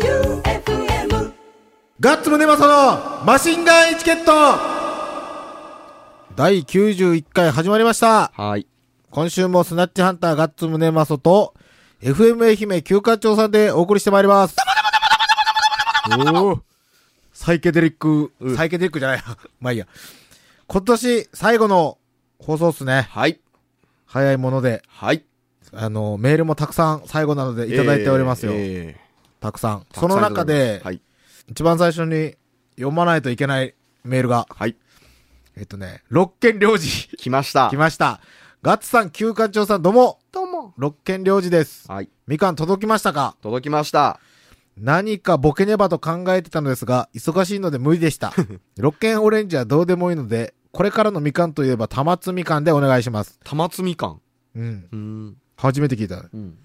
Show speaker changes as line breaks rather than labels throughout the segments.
J-O-E-U-F-M
ガッツムネマソのマシンガンエチケット第91回始まりました
はい。
今週もスナッチハンターガッツムネマソと FM 愛媛休暇長さんでお送りしてまいります。おーサイケデリック、サイケデリックじゃない や。まあいいや。今年最後の放送っすね。
はい。
早いもので、
はい。
あの、メールもたくさん最後なのでいただいておりますよ。
えーえ
たくさん。
ー
その中で、
はい。
一番最初に読まないといけないメールが、
はい。
えっとね、六軒領事。
来ました。
来ました。ガッツさん、旧館長さん、どうも。
どうも。
六軒領事です。
はい。
みかん届きましたか
届きました。
何かボケねばと考えてたのですが、忙しいので無理で した。六軒オレンジはどうでもいいので、これからのみかんといえば玉津みかんでお願いします。
玉摘み感。
うん。
うーん。
初めて聞いた。
うん。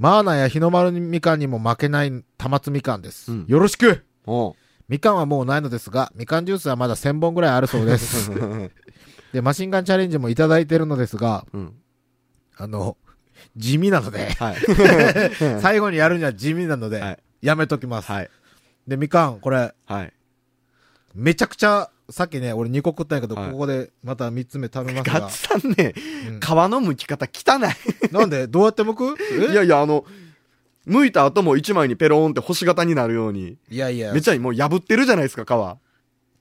マーナや日の丸みかんにも負けない玉津みかんです。
うん
よろしく
おう。
みかんはもうないのですが、みかんジュースはまだ1000本ぐらいあるそう です。で、マシンガンチャレンジもいただいてるのですが、
うん。
あの、地味なの で、
はい。
最後にやるには地味なので、
はい
やめときます。
はい。
で、みかん、これ、
はい。
めちゃくちゃ、さっきね、俺2個食ったんやけど、
はい
ここでまた3つ目食べます
ガッ
が
ツ、さんね、
うん
皮の剥き方汚
なんで、どうやって剥く
い。いやいや、あの、剥いた後も一枚にペローンって星型になるように。
いやいや、
めっちゃもう破ってるじゃないですか、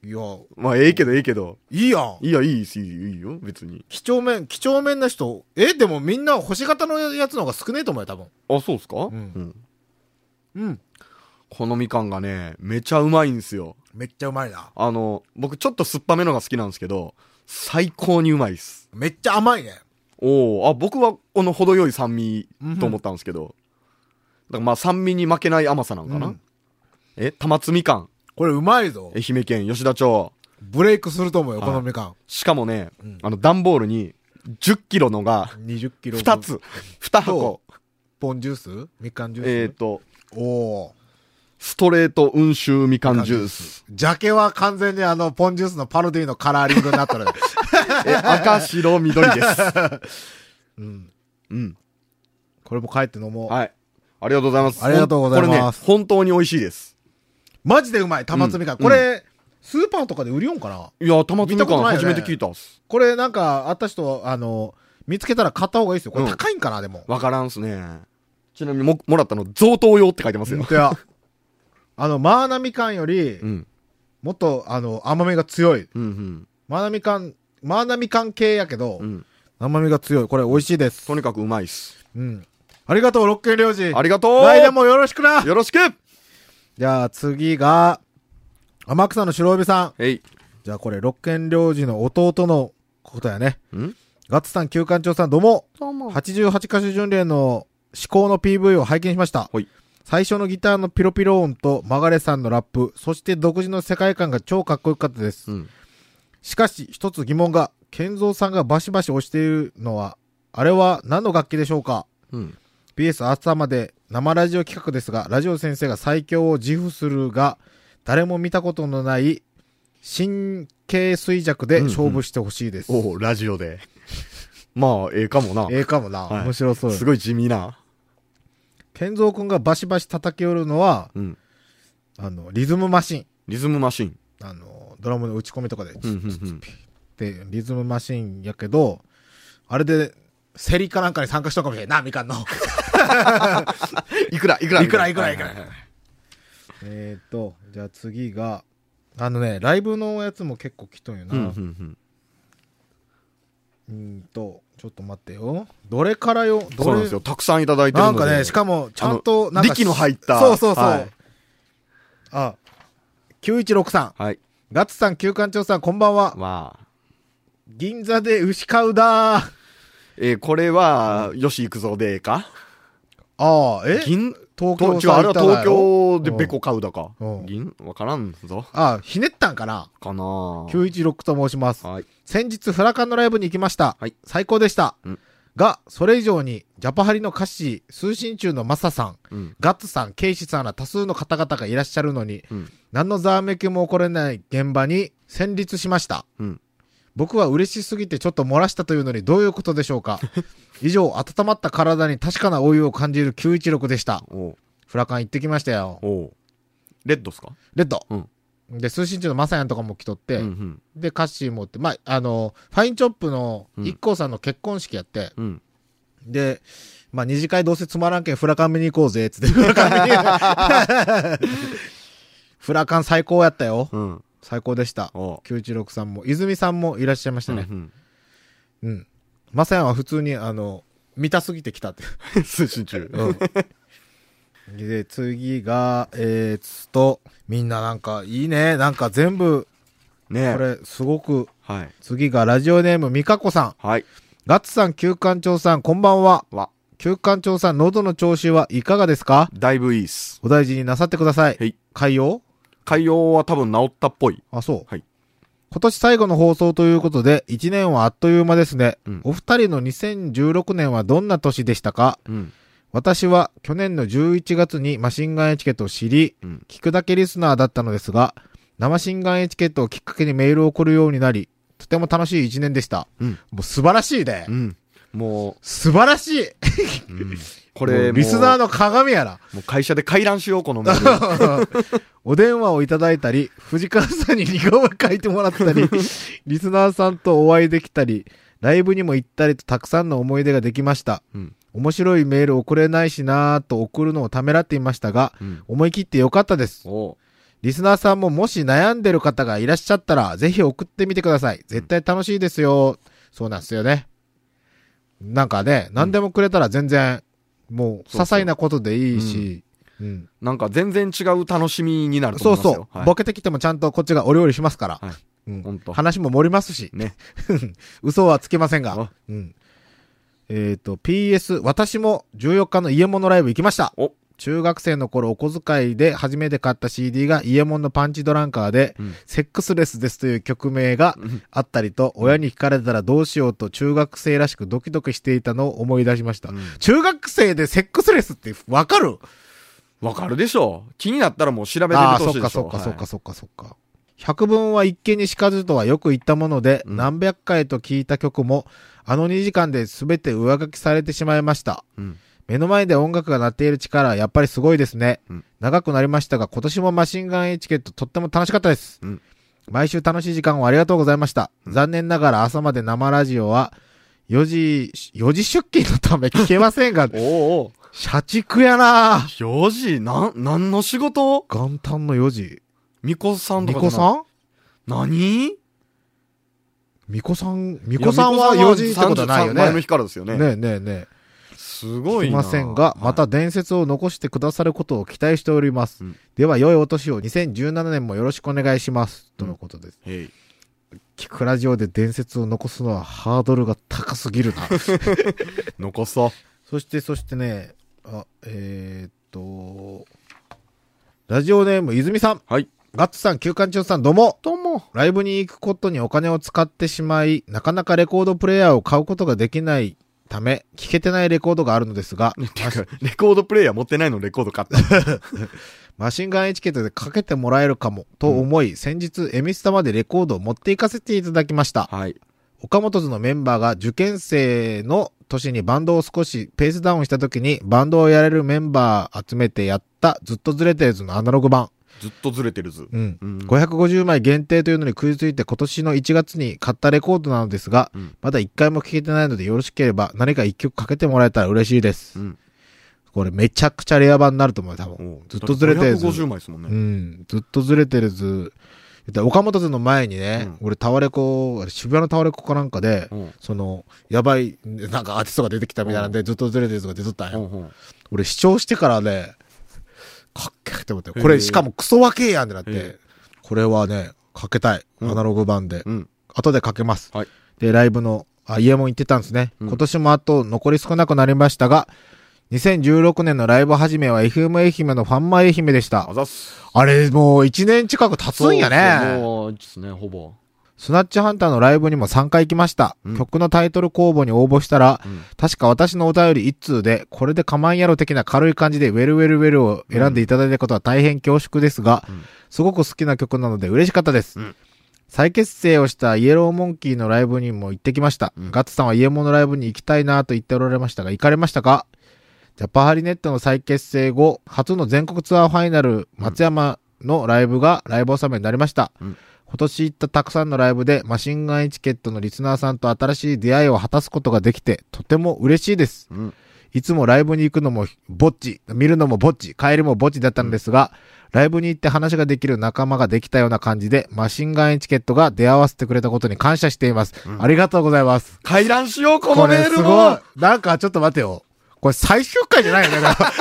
皮。
いや、
まあ、ええけど、ええけど。
いいやん。
いや、いいし、いいよ、別に。
几帳面、几帳面な人、え、でもみんな星型のやつの方が少ねえと思うよ、多分。
あ、そうですかうんん。
うん。
このみかんがね、めちゃうまいんすよ。
めっちゃうまいな。
あの、僕ちょっと酸っぱめのが好きなんですけど、最高にうまいっす。
めっちゃ甘いね。
おおあ、僕はこの程よい酸味と思ったんですけど、だからまあ酸味に負けない甘さなんかな。
うん
え、玉摘みかん。
これうまいぞ。
愛媛県吉田町。
ブレイクすると思うよ、
はい
このみかん。
しかもね、あの段ボールに10キロのが
20キロ。
2。つ、2箱。
ポンジュースみかんジュース。
えっ、と、
おー。
ストレート温州みかんジュース。
ジャケは完全にあの、ポンジュースのパロディのカラーリングにな ったので。
え、赤白緑です。
うん。
うん。
これも帰って飲もう。
はい。ありがとうございます。
ありがとうございます
これね、本当に美味しいです。
マジでうまい、玉摘みかん。
うん
これ、スーパーとかで売りよんかない
や、玉摘み
見たこ
かん
とないよ
初
ね
めて聞いたっす。
これなんか、あった人、あの、見つけたら買った方がいいですよ。これ
うん
高いんかな、でも。
わからんっすね。ちなみにも、もらったの、贈答用って書いてます
本
よ。
当や。あの、マーナみかんより
う、ん。
もっと、あの、甘みが強い。
うん、
マーナみかん、マーナみかん系やけど
うん。う、ん。
甘みが強い。これ美味しいです
と。にかくうまいっす。
うん。ありがとう、六軒領事。
ありがとう
来年もよろしくな
よろしく
じゃあ次が、天草の白帯さん。
えい。
じゃあこれ、六軒領事の弟のことやね。
ん
ガッツさん、旧館長さん、どうも。
どうも。
88歌手巡礼の至高の PV を拝見しました。
はい
最初のギターのピロピロ音とマガレさんのラップ、そして独自の世界観が超かっこよかったです。
うん。
しかし、一つ疑問が、健三さんがバシバシ押しているのは、あれは何の楽器でしょうか
うん。
?PS 朝まで生ラジオ企画ですが、ラジオ先生が最強を自負するが、誰も見たことのない神経衰弱で勝負してほしいです。
おうラジオで。まあ、ええかもな。
ええかもな。
はい
面白そうよ
す。ごい地味な。
健三くんがバシバシ叩き寄るのは、
うん。
あの、リズムマシン。
リズムマシン。
あの、ドラムの打ち込みとかで、
うん、う
っ
ん、
てリズムマシンやけど、あれで、セリかなんかに参加しとるかもしれんな、みか んの。
うん。いくら、いくら、
いくらいくらいくら
はいはいはい
えーっと、じゃあ次が、あのね、ライブのやつも結構来とんよな。
うん、うん、
う
うん。
ーんと、ちょっと待ってよ。どれからよ、どれ
そうなんですよ。たくさんいただいてる
な
の
ん
で。
かね、しかも、ちゃんと、
あの
なんか
力の入った
そうそうそう。
はい
あ、9163。
はい。
ガッツさん、旧館長さん、こんばんは。
まあ。
銀座で牛買うだー。
えーこれは、よし行くぞでええか
ああ、え
銀
東
と
京
違う、あれは
埼玉
東
やろ
京でベコ買うだか
うん。
銀わからんぞ。
ああ、ひねったんかな
かなぁ
?916 と申します。
はい。
先日、フラカンのライブに行きました。
はい
最高でした。
うん
が、それ以上に、ジャパハリの歌詞、通信中のマサさん、
うん。
ガッツさん、ケイシさんら多数の方々がいらっしゃるのに、
うん。
何のざわめきも起これない現場に戦慄しました。
うん。
僕は嬉しすぎてちょっと漏らしたというのにどういう ことでしょうか以上、温まった体に確かなお湯を感じる916でした。
おう
フラカン行ってきましたよ。
おうレッドっすか
レッド。
うん
で、通信中のマサヤンとかも来とって、
うんうん
で、カッシーもおって、まあ、あの、ファインチョップの
うん
IKKO さんの結婚式やって、
うん
で、まあ、二次会どうせつまらんけん、フラカン見に行こうぜ、つ って。フラカン見に フラカン最高やったよ。
うん
最高でした。
おう
916さんも、泉さんもいらっしゃいましたね。
うん
うん。まさやんは普通に、あの、見たすぎてきたって。
うん通信中
で、次が、えー、つと、みんななんか、いいね。なんか全部、
ね
これ、すごく、
はい
次がラジオネーム、みかこさん。
はい
ガッツさん、旧館長さん、こんばんは。
わ
旧館長さん、喉の調子はいかがですか
だいぶいいっす
お大事になさってください。
はい
海洋
海洋は多分治ったっぽい
あ、そう。
はい
今年最後の放送ということで、1年はあっという間ですね。
うん
お二人の2016年はどんな年でしたか
うん
私は去年の11月にマシンガンエチケットを知り、
うん
聞くだけリスナーだったのですが、生シンガンエチケットをきっかけにメールを送るようになり、とても楽しい1年でした。
うん
もう素晴らしいね。
うんも
素晴らしい
う、うんこ
も
れ
うリスナー
の
の鏡やら。
もう会社で回覧しようこの メール
お電話をいただいたり、藤川さんに 似顔絵描いてもらったり、リスナーさんとお会いできたり、ライブにも行ったりとたくさんの思い出ができました。
うん
面白いメール送れないしなぁと送るのをためらっていましたが、
うん
思い切ってよかったです。
おう
リスナーさんももし悩んでる方がいらっしゃったら、ぜひ送ってみてください。絶対楽しいですよ。そうなんですよね。なんかね、何でもくれたら全然、もう、些
そうそう
細なことでいいし、うん
なんか全然違う楽しみになると
そう
思いますよ
そう、
はい
ボケてきてもちゃんとこっちがお料理しますから。
はい
うん
ほんと
話も盛りますし。
ね
嘘はつけませんが
あ。
うん、えっ、と、PS、私も14日のイエモンのライブ行きました。
お
中学生の頃お小遣いで初めて買った CD がイエモンのパンチドランカーで、
うん
セックスレスですという曲名があったりと、親に聞かれたらどうしようと中学生らしくドキドキしていたのを思い出しました。
うん
中学生でセックスレスってわかる
わかるでしょ気になったらもう調べてみて
ああ
ほしいでしょ
そっかそっか
はい
そっかそっかそっか。百聞は一見にしかずとはよく言ったもので、
うん
何百回と聞いた曲も、あの2時間で全て上書きされてしまいました。
うん
目の前で音楽が鳴っている力はやっぱりすごいですね。
うん
長くなりましたが、今年もマシンガンエチケットとっても楽しかったです。
うん
毎週楽しい時間をありがとうございました。
うん、
残念ながら朝まで生ラジオは、4時、4時出勤のため聞けませんが
おうおう
社畜やな
4時なん、なんの仕事
元旦の4時。
巫女さんと
ニ
か
コさ
ん
ん
何
巫女さん、巫女さんは4時ってことはないよ
や巫女さんは33前の
ね。
日からですよね。
ねえねえねえ。
すご
す
い
い
な。
ませんが、ま
は
た伝説を残してくださることを期待しております。
うん
では、良いお年を2017年もよろしくお願いします。とのことです。
い。へい
キクラジオで伝説を残すのはハードルが高すぎる な。
残そう。
そして、そしてね、あ、えー、っと、ラジオネーム、泉さん。
はい。
ガッツさん、休館長さん、どうも。
どうも。
ライブに行くことにお金を使ってしまい、なかなかレコードプレイヤーを買うことができないため、聴けてないレコードがあるのですが、
てか、 レコードプレイヤー持ってないのレコード 買った。
マシンガンエチケットでかけてもらえるかも、と思い、先日、エミスタまでレコードを持って行かせていただきました。
はい。
岡本図のメンバーが受験生の年にバンドを少しペースダウンした時に、バンドをやれるメンバー集めてやった、ずっとずれてる図のアナログ版。
ずっとずれてるず。
うん。
うん
550枚限定というのに食いついて今年の1月に買ったレコードなのですが、
うん
まだ1回も聴けてないのでよろしければ何か1曲かけてもらえたら嬉しいです。
うん
これめちゃくちゃレア版になると思うよ、多
お
分
う。
ずっとずれてる図。
550枚ですもん
う
ね。
ん。ずっとずれてる図。言ったら岡本図の前にね、俺タワレコ、あれ渋谷のタワレコかなんかで、
うん。
その、やばい、なんかアーティストが出てきたみたいなんで、ずっとずれてる図が出とったん
う
よ。
んうん
俺視聴してからね、かっけーって思って、
へー
これしかもクソわけやんってなって
へー、
これはね、かけたい。ア
うん
ナログ版で。
うん。
後でかけます。
はい
で、ライブの、あ、家も行ってたんですね。
うん
今年もあと残り少なくなりましたが、2016年のライブ始めは FM 愛媛のファンマ愛媛でした
あ。ざっす。
あれ、もう1年近く経つんや
そうそう
ね。
もう、ですね、ほぼ。
スナッチハンターのライブにも3回行きました。
うん
曲のタイトル公募に応募したら、
うん
確か私のお便り1通で、これで構いやろ的な軽い感じで、ウェルウェルウェルを選んでいただいたことは大変恐縮ですが、
うん
すごく好きな曲なので嬉しかったです。
うん
再結成をしたイエローモンキーのライブにも行ってきました。
うん
ガッツさんはイエモンのライブに行きたいなと言っておられましたが、行かれましたかジャパハリネットの再結成後、初の全国ツアーファイナル、松山のライブがライブ納めになりました。
うん
今年行ったたくさんのライブで、マシンガンエチケットのリスナーさんと新しい出会いを果たすことができて、とても嬉しいです。
うん
いつもライブに行くのもぼっち、見るのもぼっち、帰りもぼっちだったのですが、ライブに行って話ができる仲間ができたような感じで、マシンガンエチケットが出会わせてくれたことに感謝しています。ありがとうございます。
回覧しよう、このメール
す
も
ごい。なんかちょっと待てよ。これ最終回じゃないよね。 なんか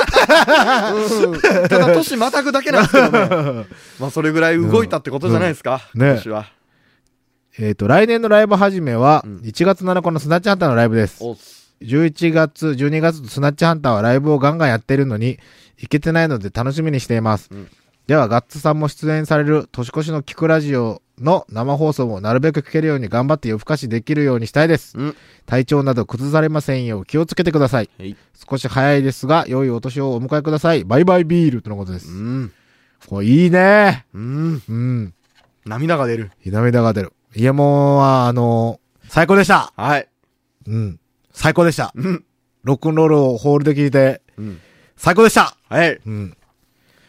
ただ、年またぐだけなんですけどね。 まあ、それぐらい動いたってことじゃないですか、
うんね
今年は。
えっと、来年のライブ始めは、1月7日のスナッチハンターのライブです。
おっ
11月、12月とスナッチハンターはライブをガンガンやっているのに、行けてないので楽しみにしています。では、ガッツさんも出演される年越しのキクラジオの生放送もなるべく聞けるように頑張って夜更かしできるようにしたいです。
うん
体調など崩されませんよう気をつけてください。
はい
少し早いですが、良いお年をお迎えください。バイバイビールとのことです。
うん。
これいいね
うん。
うん。
涙が出る。
涙が出る。イエモンは、あの最高でした
はい。
うん。最高でした。
うん。
ロックンロールをホールで聞いて、
うん。
最高でした
はい。
うん。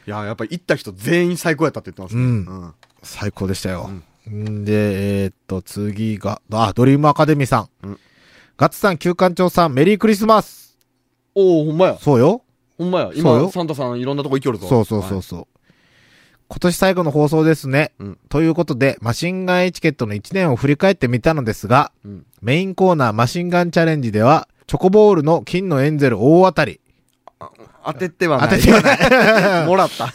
いや、やっぱり行った人全員最高やったって言ってますね。
うん最高でしたよ。んで、えーっと、次が、あ、ドリームアカデミーさん。
うん
ガッツさん、旧館長さん、メリークリスマス
おおほんまや。
そうよ。
ほんまや。
そうよ
今、サンタさんいろんなとこ行きよるぞ。
そうそうそう
はい。
そう。今年最後の放送ですね。
うん
ということで、マシンガンエチケットの1年を振り返ってみたのですが、
うん
メインコーナーマシンガンチャレンジでは、チョコボールの金のエンゼル大当たり。
当てては
当
ない。
ててはない。
もらった。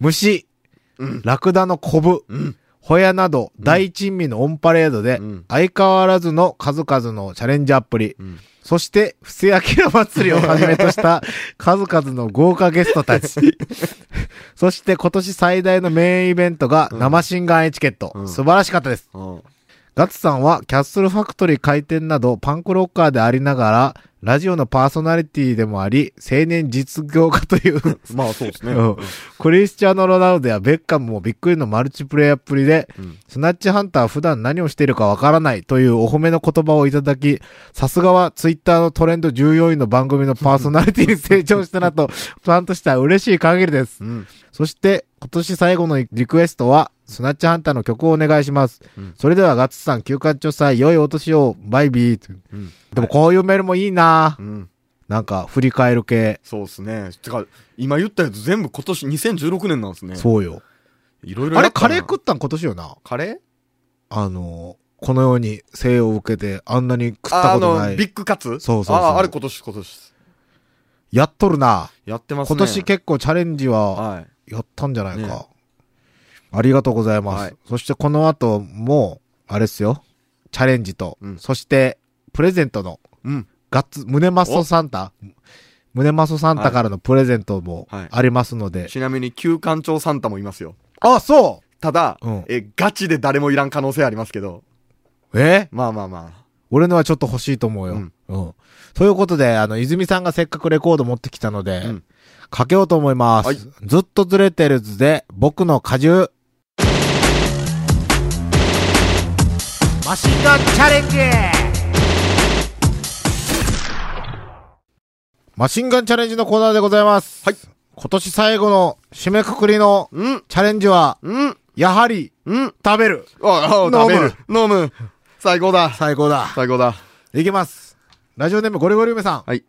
虫、ラクダのコブ、ホヤなど大珍味のオンパレードで、
うん
相変わらずの数々のチャレンジアップリ、
ん
そして、布施明祭りをはじめと した数々の豪華ゲストたち。そして今年最大のメインイベントが生シンガンエチケット。素晴らしかったです。
うん。
ガッツさんはキャッスルファクトリー開店などパンクロッカーでありながら、ラジオのパーソナリティでもあり、青年実業家という、
まあ、そうですね。
うんクリスチャーノ・ロナウドやベッカムもびっくりのマルチプレイヤーっぷりで、
うん
スナッチハンターは普段何をしているかわからないというお褒めの言葉をいただき、さすがはツイッターのトレンド14位の番組のパーソナリティに成長したなと、 ファンとしては嬉しい限りです。
うん。
そして、今年最後のリクエストは、スナッチハンターの曲をお願いします。
うん
それでは、ガッツさん、休館調査、良いお年を、バイビーと。
うん
でも、こういうメールもいいな、
うん。
なんか、振り返る系。
そうですね。てか、今言ったやつ全部今年2016年なんですね。う。
そうよ。
いろいろ
あ
や
れ、
った
カ
な
レー食ったん今年よな。
カレー
あの、このように生を受けて、あんなに食った
あ
こと
あ
な
の、ビ
い。
ッグカツ
そうそうそう
ああ、あれ今年、今年。
やっとるな。
やってますね。
今年結構チャレンジは、
はい。
やったんじゃない
ね
か。ありがとうございます。
はい
そしてこの後も、あれっすよ。チャレンジと、
うん
そして、プレゼントの、
うん。
ガッツ、胸マッソサンタ、胸マッソサンタからのプレゼントも
はい
ありますので。
ちなみに、旧館長サンタもいますよ。
あ、そ
ただ、
うん
え、ガチで誰もいらん可能性ありますけど。
うえ
まあまあま
俺のはちょっと欲しいと思うよ。う
うんん。
ということで、あの、泉さんがせっかくレコード持ってきたので、
うん
かけようと思います。
はい
ずっとずれてる図で、僕の果汁。マシンガンチャレンジマシンガンチャレンジのコーナーでございます。
はい。
今年最後の締めくくりの
あ。うん。
チャレンジは、
うん。
やはり、
うん。
食べる。
ああ、
飲む
食べる。飲む。最高だ。
最高だ。
最高だ。
いきます。ラジオネームゴリゴリ梅さん。
はい。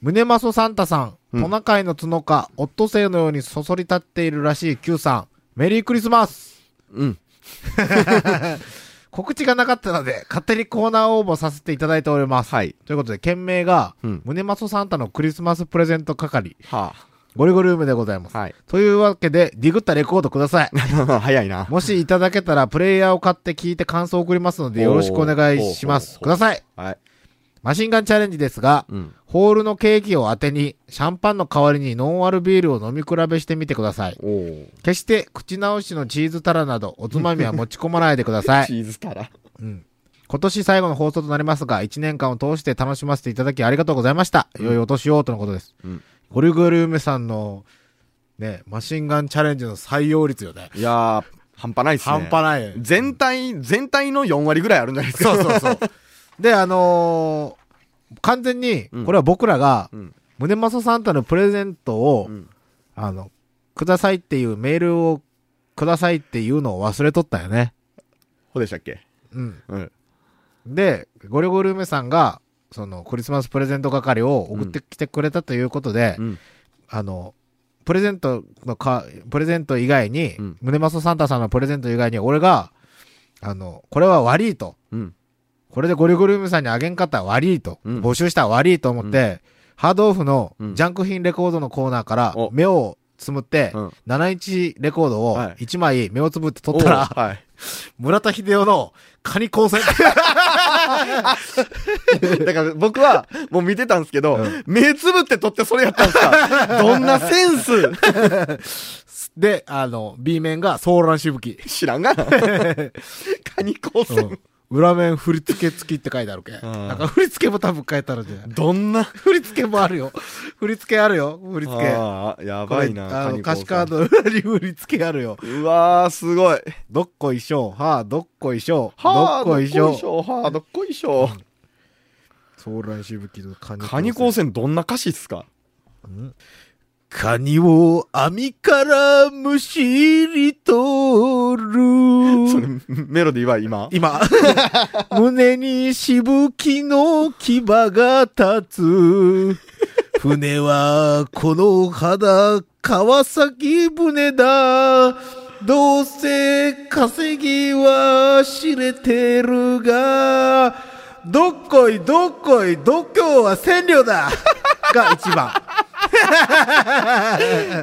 胸マソサンタさん、
うん
トナカイの角か、オットセイのようにそそり立っているらしい Q さん、メリークリスマス
うん。
告知がなかったので、勝手にコーナー応募させていただいております。
はい。
ということで、件名が、
うん
胸マソサンタのクリスマスプレゼント係、
は
ゴリゴリ梅でございます。
あ。はい。
というわけで、ディグったレコードください。
早いな。
もしいただけたら、プレイヤーを買って聞いて感想を送りますので、よろしくお願いします。
おー
ください。
はい。
マシンガンチャレンジですが、
うん。
ホールのケーキを当てに、シャンパンの代わりにノンアルビールを飲み比べしてみてください。
おお。
決して口直しのチーズタラなど、おつまみは持ち込まないでくだ さ
チ
い。
ーズタラ。
今年最後の放送となりますが、1年間を通して楽しませていただきありがとうございました。良いお年をとのことです。
うん
ゴリゴリ梅さんの、ね、マシンガンチャレンジの採用率よね。
いやー、半端ないっすね。
半端ない。
全体、全体の4割ぐらいあるんじゃないですか。
そうそうそう。で、あのー完全に
う、ん
これは僕らが
うん、
宗正サンタのプレゼントを、
うん
あの、くださいっていうメールをくださいっていうのを忘れとったよね。
ほでしたっけ
うん。
うん。
で、ゴリゴリ梅さんが、その、クリスマスプレゼント係を送ってきてくれたということで、
うん。
あの、プレゼントのか、プレゼント以外に、
うん
宗正サンタさんのプレゼント以外に、俺が、あの、これは悪いと。
うん。
これでゴリゴリ梅さんにあげんかったら悪いと。
うん
募集したら悪いと思って、ハードオフの
うん
ジャンク品レコードのコーナーから
お
目をつむって、
うん
7インチレコードを
はい
1枚目をつぶって撮ったら、
おうはい。
村田秀夫のカニ 光線。
だから僕は、もう見てたんですけど、
うん
目つぶって撮ってそれやったんで すかどんなセンス
で、あの、B 面がソーランしぶき。
知ら んがな。カニ光
う
線、
ん 裏面振り付け付きって書いてあるけ。なんか振り付けも多分書いてあるんじゃない
どんな
振り付けもあるよ。振り付けあるよ。振り付け。
あーやばいな
これ。あの、歌
カニ
詞
光線
カードの裏に振り付けあるよ。
うわー、すごい。
どっこいしょ、はあ、どっこいしょ、
はあ、
どっこいしょ。
ょ。はあ、どっこいしょ。
ソーランしぶきのカニ
カニ光線どんな歌詞っすか
カニを網からむしり取
そ
る。
れメロディーは今。
今、胸にしぶきの牙が立つ。船はこの肌、川崎船だ。どうせ稼ぎは知れてるが、どっこいどっこい度胸は千両だが一番。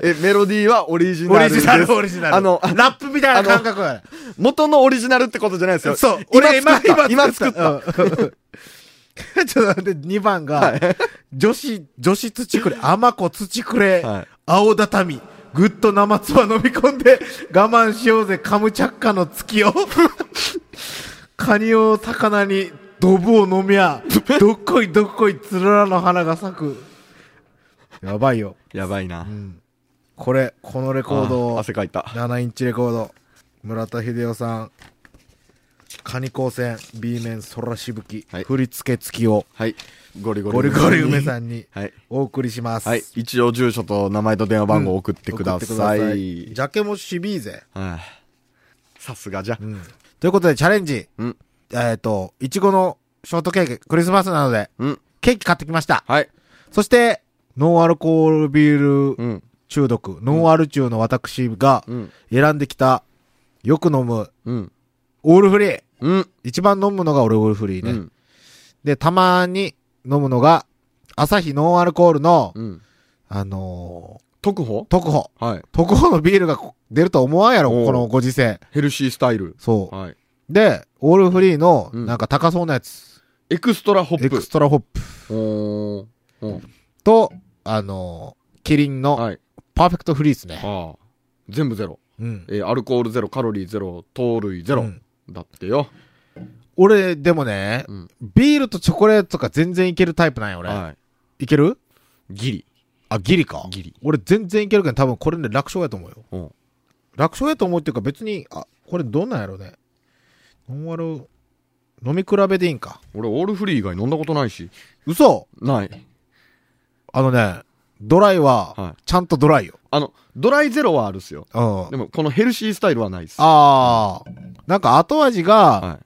え、メロディーはオリ ジ
オ
ナル
リ
です。
ジナル、オリジナル。
あの、あ
ラップみたいな感覚が
元のオリジナルってことじゃないですよ。
そう、
俺
俺今
今作った。今作
作
っ。
ったた。うん ちょっと待って、2番が、女子、女子土くれ、甘子土くれ、
はい
青畳、ぐっと生唾飲み込んで、我慢しようぜ、カムチャッカの月を。 カニを魚に、ドブを飲みゃ、どっこいどっこい、つららの花が咲く。やばいよ。
やばいな。
これ、このレコード
あ
を
ー。汗かいた。
7インチレコード村田秀夫さんカニ光線 B 面空しぶき、
はい
振り付け付きを
はい。ゴリゴリ。
ゴリゴリ梅さんに
はい。
お送りします、
はい。一応住所と名前と電話番号を送ってくださ
送って
い。
ジャケもしびいぜ
はいさすがじゃ。
ということでチャレンジ、
うん
えっ、といちごのショートケーキクリスマスなので
うん。
ケーキ買ってきました
はい。
そしてノンアルコールビー
う
ル
ん。
中毒、ノンアル中の私が
うん。
選んできたよく飲む
うん。
オールフリー
うん。
一番飲むのが俺オールフリーね、
うん。
で、たまに飲むのが、朝日ノンアルコールの、
うん。
あの
特保
ー、特保。
はい。
特保のビールがこ出ると思わんやろ、
おう
このご時世。
ヘルシースタイル。
そ
はい。
う。で、オールフリーの、
うん
なんか高そうなやつ、
エクストラホッ
エ
プ
クス。トラホップ
おーうん。
と、あのー、キリンの
はい。
パーフェクトフリーですね。
ああ。全部ゼロ。
うん。
えー、アルコールゼロ、カロリーゼロ、糖類ゼ
う
ロ
ん。
だってよ。
俺、でもね、
うん
ビールとチョコレートとか全然いけるタイプなんや、俺。、
はい
ける
い。ギリ。
あ、ギリか。
ギリ。
俺全然いけるけど、多分これね、楽勝やと思うよ。
うん。
楽勝やと思うっていうか別に、あ、これどんなんやろうね。ノンアル、飲み比べでいいんか。
俺、オールフリー以外飲んだことないし。
嘘
ない。
あのね、ドライは
は、
ちゃんとドライよ。
あの、ドライゼロはあるっすよ。
うん。
でも、このヘルシースタイルはないっす。
あー。なんか後味が、
は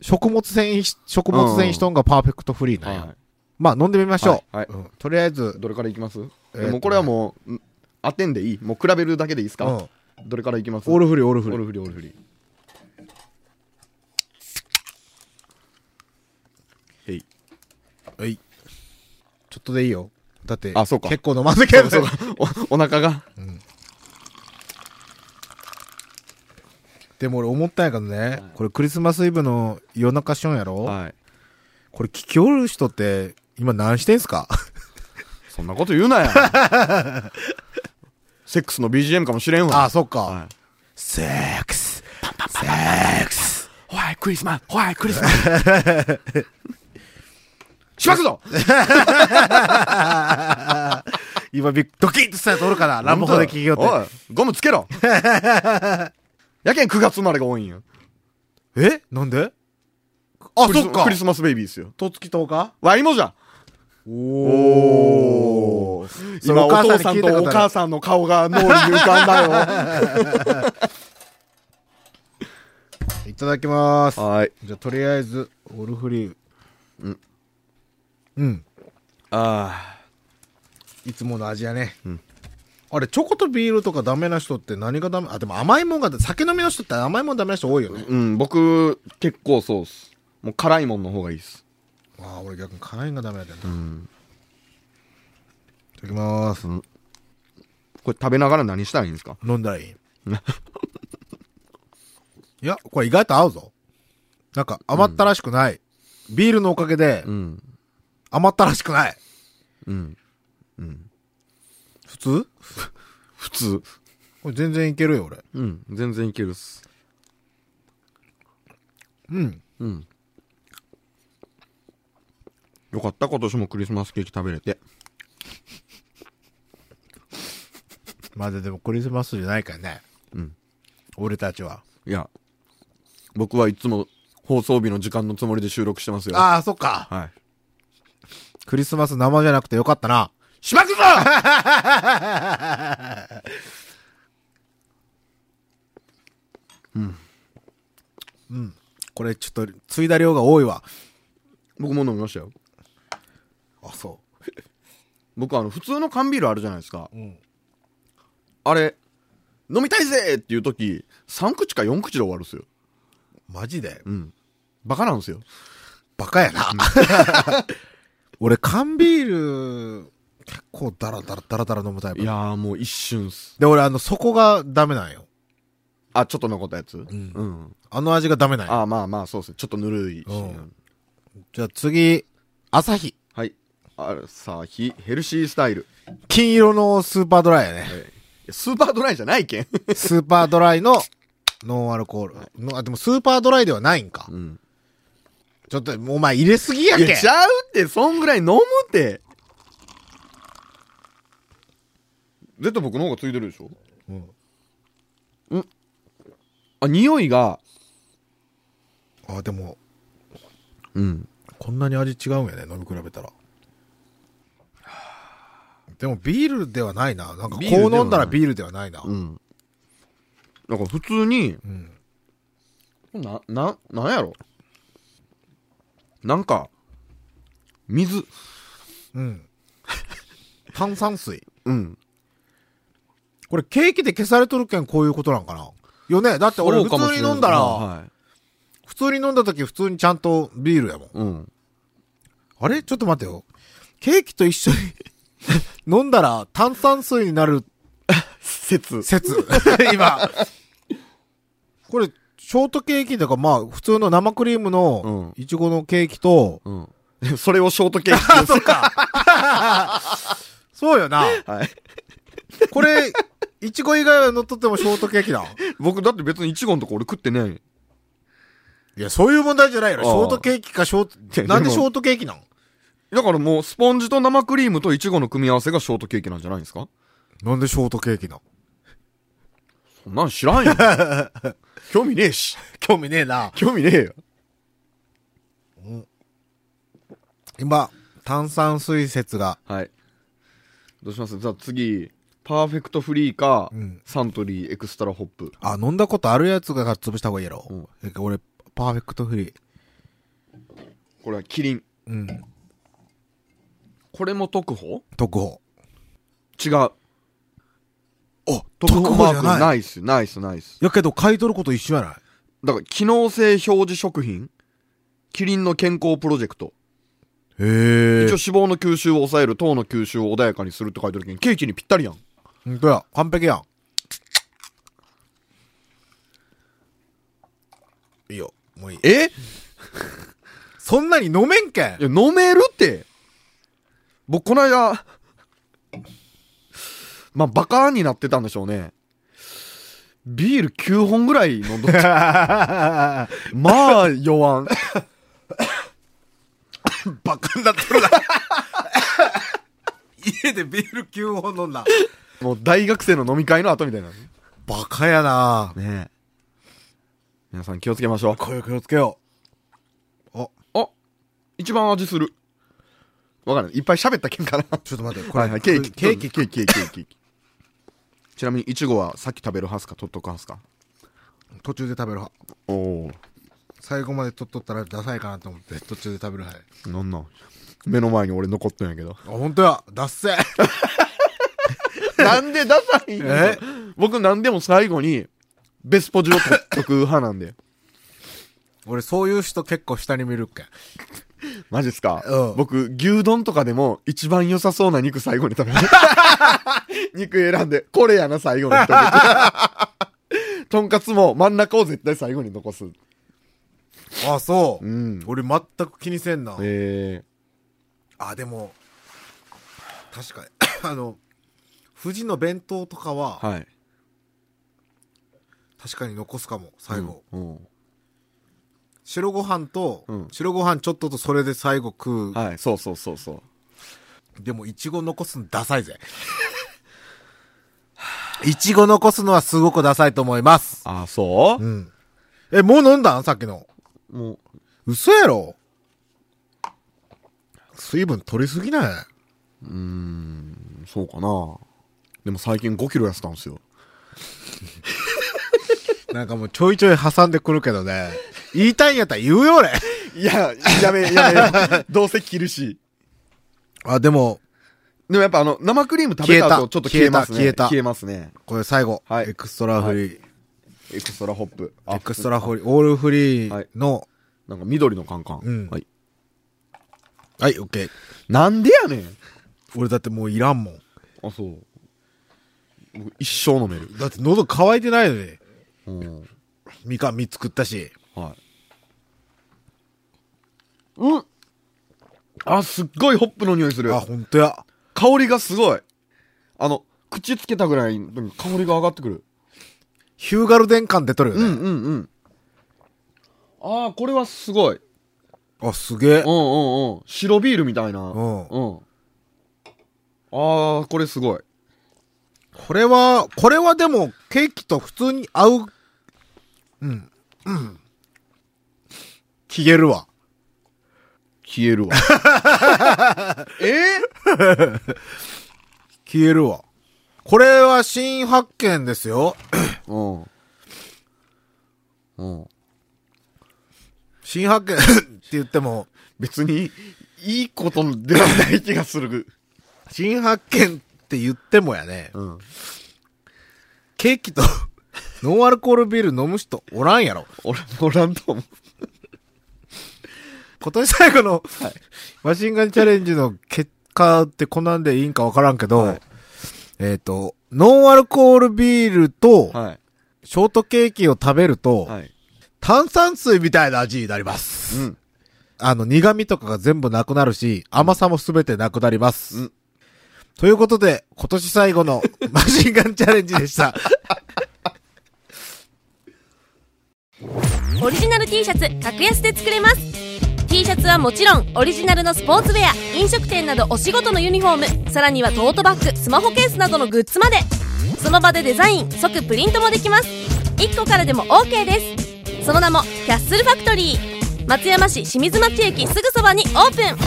食物繊維、食物繊維しとんがパーフェクトフリー
い。
なんや。
は
まあ飲んでみましょう。
はいは
うんとりあえず
い。、どれからいきます
えーと
もうこれはもう、ん当てんでいいもう比べるだけでいいっす
うん。
かどれからいきます
オールフリー、オール
オ
フリー。
ールフリー、オールフリー。へい。
はい。ちょっとでいいよ。だって、
あそうか
結構飲ませけど。
そうか、お、お腹が。
でも俺思ったんやけどね、これクリスマスイブの夜中しよんやろ
はい。
これ聞きおる人って、今何してんすか
そんなこと言う なや。セックスの BGM かもしれんわ。
ああ、そっか。
はい
セックス。セックス。
ホワイクリスマスホワイクリ スマスしばくぞ
今びっ、ドキッとしたやつおるかなランボホで聞きよって。
おいゴム つけろやけん9月生まれが多いんよ。
えなんであ、
クリス
そっか
クリ。スマスベイビーですよ。
とつき10日
わいもじゃおー
それ
今
お
お
母さんに
父さ
聞
ん
いたことある
とお母さんの顔が脳に浮かんだよ
いただき ます。
はい
じゃあ、とりあえず、オールフリー。うん。うん。
あ
いつもの味やね。あれ、チョコとビールとかダメな人って何がダメあ、でも甘いもんが、酒飲みの人って甘いもんダメな人多いよね。
うん僕結構そうっすもう辛いもんの方がいいっす
ああ、俺逆に辛いのがダメだよな。いただきます。
これ食べながら何したらいいんですか
飲んだら いい。いや、これ意外と合うぞ。なんか甘ったらしくない。ビールのおかげで
うん
甘ったらしくない。
うん
普通
普通
これ全然いけるよ、俺。
うん全然いけるっす
うん。
うんよかった今年もクリスマスケーキ食べれて
まあでもクリスマスじゃないからね。
うん。
俺たちは。
いや僕はいつも放送日の時間のつもりで収録してますよ
ああ、そっか。
はい
クリスマス生じゃなくてよかったな。
しまくぞ
これちょっと、ついだ量が多いわ。
僕も飲みましたよ
あ、そ
僕あの普通の缶ビールあるじゃないですか
う。うん。
あれ飲みたいぜっていう時3口か4口で終わるんですよ
マジで
うんバカなんですよ
バカやな。 俺、缶ビール、結構ダラダラダラダラ飲むタイプ
い。やーもう一瞬っす
で、俺、あの、そこがダメなんよ。
あちょっと残ったやつうんうん、
あの味がダメなんよ。
あまあまあそうっすねちょっとぬるいし、
うんじゃあ次、朝日。
はいアルサヒヘルシースタイル
金色のスーパードライやね。
いやスーパードライじゃないけん、
スーパードライのノンアルコール。のあ、でもスーパードライではないんか。
うん、
ちょっと、お前入れすぎや
い
けん
やちゃうってそんぐらい飲むって絶対僕の方がついてるでしょ
うん
あ匂いが
あ、でも、
うん
こんなに味違うんやね、飲み比べたら。でもビールではないな。なんかこ
ビール
う
ではない
飲んだらビールではないな。
うん。なんか普通に、
ん
な、な、なんやろなんか、水、
うん。炭酸水。
うん。
これケーキで消されとるけんこういうことなんかな。よね。だって俺
そう
普
かも
通
し
に
れん
飲んだら、
はい。
普通に飲んだ時普通にちゃんとビールやもん。
うん。
あれちょっと待ってよ。ケーキと一緒に 飲んだら炭酸水になる
説。
説。 今。これ、ショートケーキだからまあ普通の生クリームのいちごのケーキ と、
うん。それをショートケーキです。
そうか。 そうよな。
はい。
これ、いちご以外は乗っとってもショートケーキだ。
僕だって別にイチゴのとこ俺食ってね
いや、そういう問題じゃないよ。
あ
シ
あ
ョートケーキかショー
い
ト、
や
なんで
でも
ショートケーキなん
え。だからもうスポンジと生クリームとイチゴの組み合わせがショートケーキなんじゃないんですか
なんでショートケーキなん
そんなん知らんよ。興味ねえし。
興味ねえな。
興味ねえよ。
今、炭酸水説が。
はい。どうしますじゃあ次、パーフェクトフリーか、
ん
サントリーエクストラホップ。
あ、飲んだことあるやつが潰した方がいいやろ。
うん
え俺、パーフェクトフリー。
これはキリン。
うん。
これも特保
特報。
違う。
お、
特保マーク
い。
ないっす、ないっす、ないっす。
やけど、買い取ること一緒やない
だから、機能性表示食品キリンの健康プロジェクト。
へ
一応脂肪の吸収を抑える、糖の吸収を穏やかにするって書いてるけど、ケーキにぴったりやん。
ほんとや、完璧やん。いいよ、もういい。
えい
そんなに飲めんけん
や、飲めるって。僕、この間、まあ、バカになってたんでしょうね。ビール9本ぐらい飲んどっ
バ
まあ、弱ん。
カになってるな。 家でビール9本飲んだ。
もう大学生の飲み会の後みたいな。
バカやな
ねえ。皆さん気をつけましょう。
声を気をつけよう。
あ、一番味する。わからない。いっぱい喋ったけんかな。
ちょっと待って、これ、
はいはい。ケーキ、
ケーキ、
ケーキ、ケーキ、ケーキケーキ。ちなみに、いちごはさっき食べる派っすか取っとく派っすか
途中で食べる派。
おお。
最後まで取っとったらダサいかなと思って、途中で食べる派。
なんなん目の前に俺残ってんやけど。
あ、本当や、ダッセー
なんでダサいん
え
僕なんでも最後に、ベスポジを取っとく派なんで。
俺、そういう人結構下に見るっけ。
マジっすか、
うん
僕、牛丼とかでも一番良さそうな肉最後に食 べる。肉選んで、これやな最後に食 べて。とんかつも真ん中を絶対最後に残す。
あ、そう。
うん
俺、全く気にせんな。
え
あ、でも、確かに。 あの、富士の弁当とかは、
はい。
確かに残すかも、最後。
うん。
白ご飯と、
うん
白ご飯ちょっととそれで最後食う。
はい、そうそうそうそう。
でも、いちご残すのダサいぜ。 いちご残すのはすごくダサいと思います。
あ、そ
うん。え、もう飲んだんさっきの。
うもう、
嘘やろ水分取りすぎない
そうかな。でも最近5キロ痩せたんですよ。
なんかもうちょいちょい挟んでくるけどね。言いたいんやったら言うよ、俺。
いや、やめ、や め。どうせ切るし。
あ、でも、
でもやっぱあの、生クリーム食
消
べた
え
後
た
ちょっと消えますね。
消えた消えた
消えますね。
これ最後。
はい
エクストラフリー。
エクストラホップ。
エクストラフリー、オールフリーの、
なんか緑のカンカン。
うん
はい。
はい、オッケー。
なんでやねん。
俺だってもういらんもん。
あ、そう。僕一生飲める。
だって喉乾いてないのに。
うん。
みかん3つ食ったし。
はい。うんあ、すっごいホップの匂いする
あ、。ほんとや。
香りがすごい。あの、口つけたぐらいの時に香りが上がってくる。
ヒューガルデン感出とるよ
うん
ね。
うんうん。ああ、これはすごい。
あ、すげえ
うん。うんうん。白ビールみたいな。うんうん。ああ、これすごい。
これは、これはでも、ケーキと普通に合う。うん。うん。消えるわ。
消える わ。え
消えるわ。これは新発見ですよ。
ー、うん。うん。
新発見って言っても、
別に、いいことではない気がする。
新発見って言ってもやね、
うん。
ケーキと、 ノンアルコールビール飲む人おらんやろ。
おら、おらんと思う。
今年最後の、マシンガンチャレンジの結果ってこんなんでいいんかわからんけど、
はい
えっ、と、ノンアルコールビールと、
はい。
ショートケーキを食べると、
はい。
炭酸水みたいな味になります。
うん。
あの、苦味とかが全部なくなるし、甘さもすべてなくなります。
うん
ということで、今年最後 のマシンガンチャレンジでした。
オリジナル T シャツ格安で作れます T シャツはもちろんオリジナルのスポーツウェア飲食店などお仕事のユニフォームさらにはトートバッグスマホケースなどのグッズまでその場でデザイン即プリントもできます1個からでも OK ですその名もキャッスルファクトリー松山市清水町駅すぐそばにオープン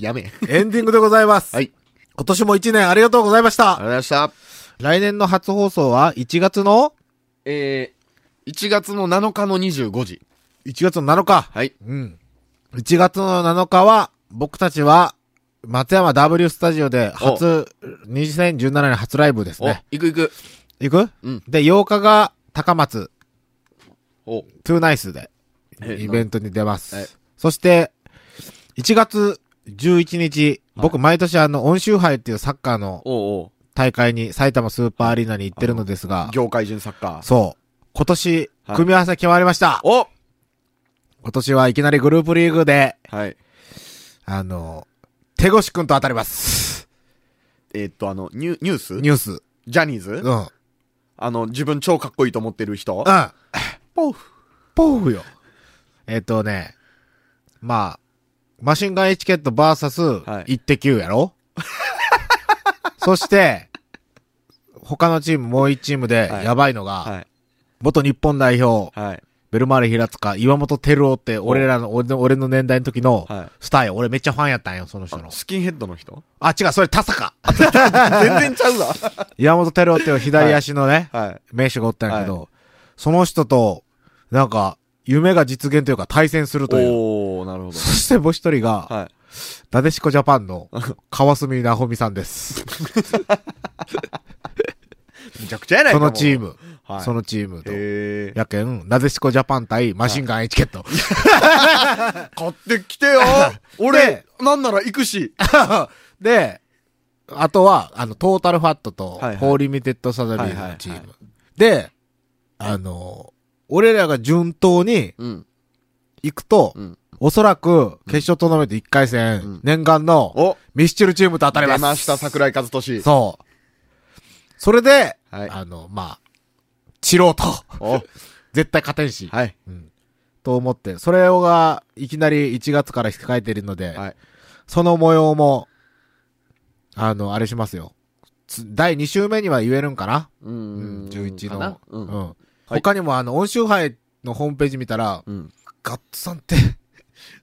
やめ。ありがとう
エンディングでございます。
はい
今年も1年ありがとうございました。
ございました。
来年の初放送は1月の
えー、1月の7日の25時。
1月の7日。
はい。
うん。1月の7日は、僕たちは、松山 W スタジオで初、2017年初ライブです
お、
ね。
行く行く。
行く
うん
で、8日が高松、
お、
トゥーナイスで、
え
イベントに出ま
はい
す。そして、1月11日、僕毎年あの、温州杯っていうサッカーの
おうお
大会に埼玉スーパーアリーナに行ってるのですが
う、業界人サッカー。
そう、今年、
はい
組み合わせ決まりました。
お
今年はいきなりグループリーグで、
はい。
あの、手越くんと当たります。
えーっと、あの、ニュニュース
ニュース。
ジャニーズ
うん。うん。
あの、自分超かっこいいと思ってる人
ポーフ。ポーフよ。えっ、とね、まあ、マシンガンエチケットバーサス、
は
イ
い
ッテ Q や ろそして、他のチーム、もう一チームで
は、い
やばいのが、
はい。
元日本代表、
はい。
ベルマーレ平塚、岩本照夫って、俺らの、俺の俺の年代の時の
はい、
スターよ。俺めっちゃファンやったんよ、その人
あ
の。
スキンヘッドの人
あ、違う、それ田 坂。
全然ちゃうわ。
岩本照夫っていう左足のね、
はい。
名手がおったんやけど、その人と、なんか、夢が実現というか対戦するという。
おー、なるほど
そ。してもう一人が、
はい。
なでしこジャパン の、川澄なほみさんです。
めちゃくちゃや ない
そ
か
のチー
も
ム。
うはい。
そのチームと。
へえ。
やけん、なでしこジャパン対マシンガンエチケット。
買ってきてよ 俺、なんなら行くし。
で、あとは、あの、トータルファットと、
はいはい
ホーリミテッドサザビーズ
はいはいは
の
い
チーム。で、あの、俺らが順当に
うん。
行くと、
うん
おそらく、決勝トーナメント1回戦、
うん
念願の、
お
ミスチルチームと当たります。
出ました、桜井和俊。
そう。それで、
はい
あの、まあ、チローと、
お
絶対勝てんし、
はい。
と思って、それをが、いきなり1月から控えているので、
はい。
その模様も、あの、あれしますよ。つ第2週目には言えるんかな
う
うん、11
かな
の。
う
うん。
ん。はい
他にもあの、音集杯のホームページ見たら、
うん。
ガッツさんって、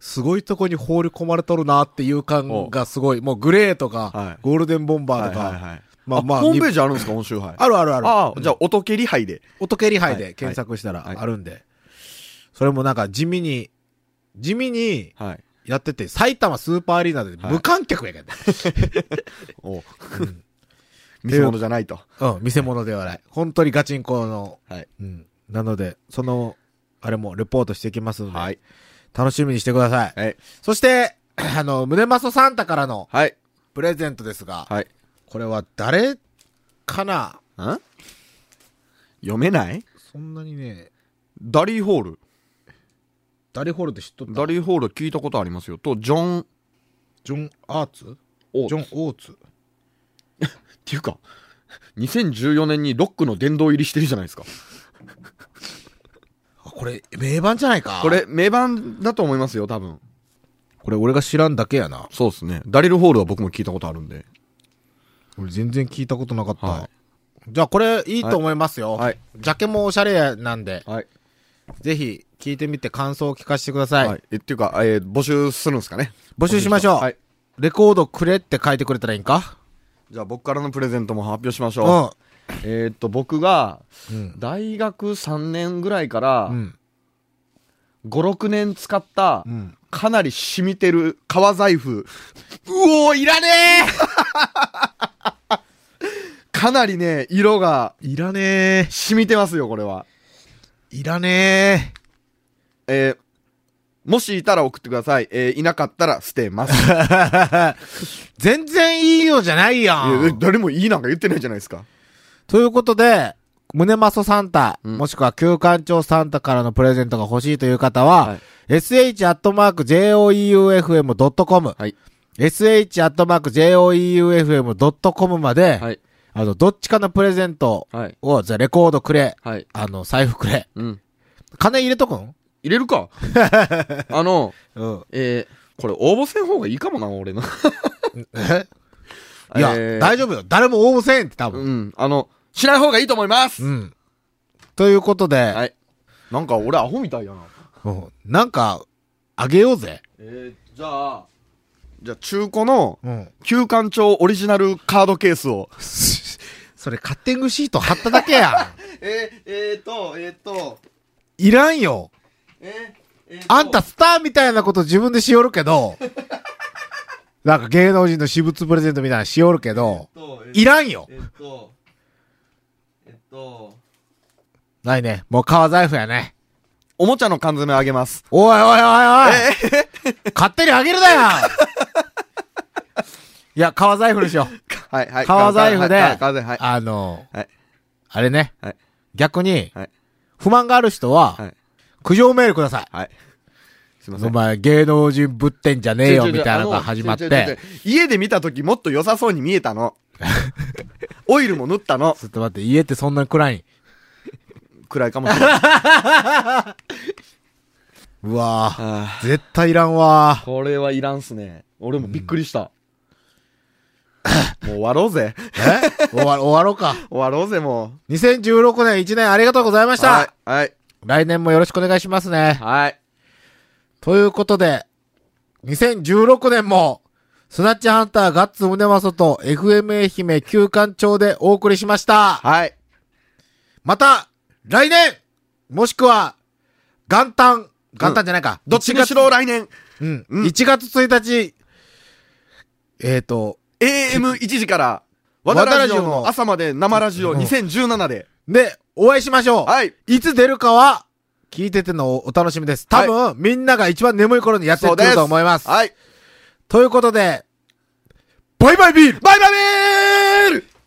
すごいとこに放り込まれとるなっていう感がすごい。もうグレーとか、
はい
ゴールデンボンバー
はい
とか、
はいはい。
まあまあ、
ホームペー
に
ジあるんですか、音週杯。
あるあるある。
あ
う
あ、
ん
じゃあ、音蹴り杯で。
音蹴り杯
は
で
い
検索したら
はい
あるんで、それもなんか地味に、地味に
はい。
やってて、埼玉スーパーアリーナで無観客やけど、
お
うん
見せ物じゃないと。
うん、見せ物ではない。本当にガチンコの。
はい。
うん。なので、その、あれもレポートしていきますので、
はい。
楽しみにしてください。
はい。
そして、 あの、胸マソサンタからの
はい。
プレゼントですが、
はい。
これは誰かなん
読めない
そんなにね、
ダリー・ホール。
ダリホルで知っとった
ダリー・ホール聞いたことありますよ。と、ジョン、っ
ジョン・アーツ
オーツ
ジョン・オーツ
ていうか、2014年にロックの殿堂入りしてるじゃないですか。
あこれ、名盤じゃないか
これ、名盤だと思いますよ、多分。
これ俺が知らんだけやな。
そうですね。ダリル・ホールは僕も聞いたことあるんで。
俺全然聞いたことなかった。
は
じゃあこれいいと思いますよ。
はい
ジャケもおしゃれなんで、
はい。
ぜひ聞いてみて感想を聞かせてください。
はい。え、っていうか、えー募集するんですかね。
募集しましょう。
はい。
レコードくれって書いてくれたらいいんか
じゃあ僕からのプレゼントも発表しまし
う
ょ
ん。
う。えーっと、僕が、
うん。
大学3年ぐらいから、
うん。
5、6年使った
う、ん。
かなり染みてる革財布。
うおーいらね
かなりね、色が
えいらね
染みてますよ、これは。
えいらね
えーもしいたら送ってください。えーいなかったら捨てます。 い
え全然いいよじゃないや
やえ
ん。
誰もいいなんか言ってないじゃないですか。
ということで、胸マソサンタ、
うん
もしくは旧館長サンタからのプレゼントが欲しいという方は、
はい
sh.joeufm.com、
はい
sh.joeufm.com まで、
はい。
あの、どっちかのプレゼント
はい。
を、じゃあレコードくれ、
はい。
あの、財布くれ、
うん。
金入れとくん
入れ るか。あの、
うん。
えーこれ応募せん方がいいかもな、俺の。
えいや、
えー
大丈夫よ。誰も応募せんって多分。
うん。あの、しない方がいいと思います、
うん。ということで、
はい。なんか俺アホみたいや
う
な。
んなんか、あげようぜ。
えーじゃあ、じゃあ中古の
うん。
旧館長オリジナルカードケースを。
それカッティングシート貼っただけや
えー、えーと、えーと、
ん。 いらんよ。
えー、えーと
あんたスターみたいなこと自分でしよるけ ど、なんか芸能人の私物プレゼントみたいなのしよるけど、
とえー
いらんよ。
えっと、えっと、
ないね。もう革財布やね。
おもちゃの缶詰あげます。
おいおいおいおい、 勝手にあげるなよいや、革財布にしよう。
はい、はい。
革財布で、
はい、革財布、はい。
あの、
はい
あれね、
はい
逆に、
はい
不満がある人は、
はい
苦情メールください。
はい。すいませ
お
ん。
前、芸能人ぶってんじゃねえよ、みたいなのが始まっ
ちょいちょいちょい
て。
ちょいちょい家で見たときもっと良さそうに見えた の。オイルも塗ったの。
ちょっと待って、家ってそんな暗いん
暗いかもしれない。
うわぁ、
あ
絶対いらんわ
ー これはいらんっすね。俺 もびっくりした。もう終わろうぜ。
え終わ、終わろうか。
終わろうぜ、も
2016年1年ありがとうございまし
う。は
た
い。はい。
来年もよろしくお願いしますね。
はい。
ということで、2016年も、スナッチハンターガッツムネマソと FM 愛媛旧館長でお送りしました。
はい。
また、来年もしくは、元旦、元旦じゃないか。
どっちにしろ来年、
うん。
うん
1月1日、えっ、と、
AM1 時から、
和
和
田
田
ラ
ラ
ジ
ジ
オ
オ
の
の朝まで生ラジオ2017で。
で、お会いしましょう。
はい。
いつ出るかは、聞いててのお楽しみです。多分、みんなが一番眠い頃にやって
そう
く
で
る
す。
と思います。
はい。
ということで、バイバイビール
バイバイビール